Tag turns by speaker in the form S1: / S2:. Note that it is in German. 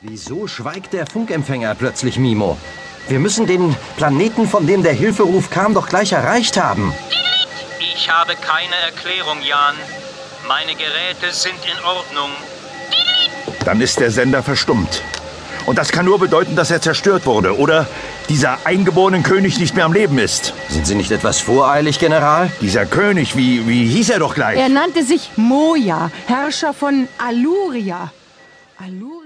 S1: Wieso schweigt der Funkempfänger plötzlich, Mimo? Wir müssen den Planeten, von dem der Hilferuf kam, doch gleich erreicht haben.
S2: Ich habe keine Erklärung, Jan. Meine Geräte sind in Ordnung.
S3: Dann ist der Sender verstummt. Und das kann nur bedeuten, dass er zerstört wurde oder dieser eingeborene König nicht mehr am Leben ist.
S1: Sind Sie nicht etwas voreilig, General?
S3: Dieser König, wie, wie hieß er doch gleich?
S4: Er nannte sich Moja, Herrscher von Aluria. Aluria?